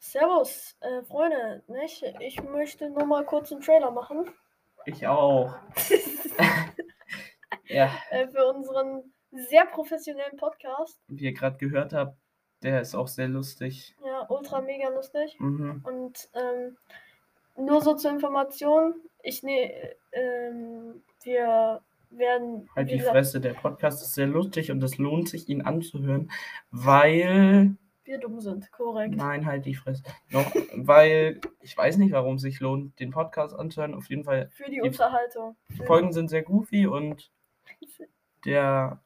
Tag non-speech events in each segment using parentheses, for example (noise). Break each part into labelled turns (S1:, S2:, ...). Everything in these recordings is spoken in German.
S1: Servus, äh, Freunde, nicht? Ich möchte nur mal kurz einen Trailer
S2: (laughs)
S1: machen
S2: Ich auch. Ja,
S1: äh, für unseren sehr professionellen Podcast.
S2: wie ihr gerade gehört habt, der ist auch sehr lustig.
S1: Ja, ultra mega lustig.
S2: Mhm.
S1: Und ähm, nur so zur Information, ich ne, ähm, wir werden
S2: Halt
S1: wie
S2: die
S1: gesagt,
S2: Fresse, der Podcast ist sehr lustig und es lohnt sich, ihn anzuhören, weil.
S1: wir dumm sind, korrekt.
S2: Nein, halt die Fresse. Noch, weil ich weiß nicht, warum es sich lohnt, den Podcast anzuhören. Auf jeden Fall,
S1: Für die Unterhaltung.
S2: die Folgen sind sehr goofy und der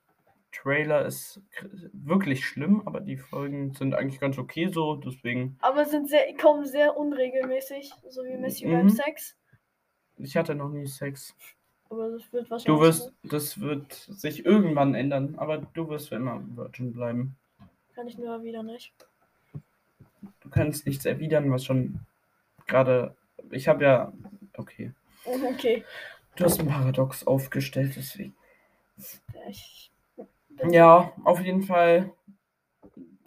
S2: Trailer ist kr- wirklich schlimm, aber die Folgen sind eigentlich ganz okay so, deswegen.
S1: Aber sind sehr, kommen sehr unregelmäßig, so wie Messi
S2: Mhm.
S1: beim Sex.
S2: Ich hatte noch nie Sex.
S1: Aber das wird wahrscheinlich.
S2: Du wirst, das wird sich irgendwann ändern, aber du wirst für immer Virgin bleiben.
S1: Kann ich nur wieder nicht. (laughs)
S2: Du kannst nichts erwidern, was schon gerade. Ich habe ja. Okay.
S1: Okay.
S2: Du hast ein Paradox aufgestellt, deswegen.
S1: Ja, Ich bin
S2: Ja, auf jeden Fall.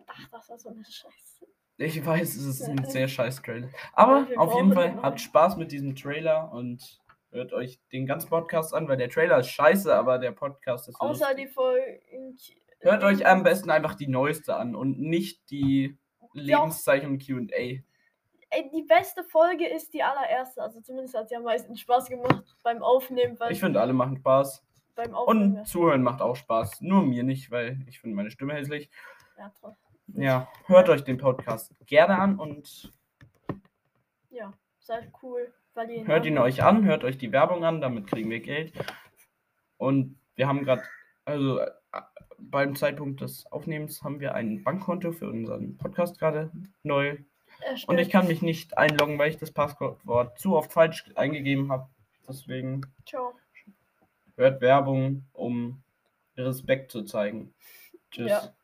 S1: Ach, das war so eine Scheiße.
S2: Ich weiß, es ist ein sehr scheiß Trailer. Aber
S1: Wir
S2: auf jeden
S1: brauchen
S2: Fall
S1: den neuen.
S2: habt Spaß mit diesem Trailer und hört euch den ganzen Podcast an, weil der Trailer ist scheiße, aber der Podcast ist.
S1: Außer die Folge.
S2: Hört euch am besten einfach die neueste an und nicht die
S1: Ja.
S2: Lebenszeichen und QA.
S1: Ey, die beste Folge ist die allererste. Also zumindest hat sie am meisten Spaß gemacht beim Aufnehmen. Beim,
S2: Ich finde, alle machen Spaß.
S1: beim Aufnehmen.
S2: Und zuhören macht auch Spaß. Nur mir nicht, weil ich finde meine Stimme hässlich.
S1: Ja, toll.
S2: Ja, hört euch den Podcast gerne an und
S1: ja, seid cool. ne? Weil ihr
S2: hört ihn euch an, hört euch die Werbung an, damit kriegen wir Geld. Und wir haben gerade, also äh, beim Zeitpunkt des Aufnehmens haben wir ein Bankkonto für unseren Podcast gerade neu.
S1: erstellt.
S2: Und ich kann mich nicht einloggen, weil ich das Passwort zu oft falsch eingegeben habe. Deswegen
S1: Ciao.
S2: hört Werbung, um Respekt zu zeigen. Tschüss.
S1: Ja.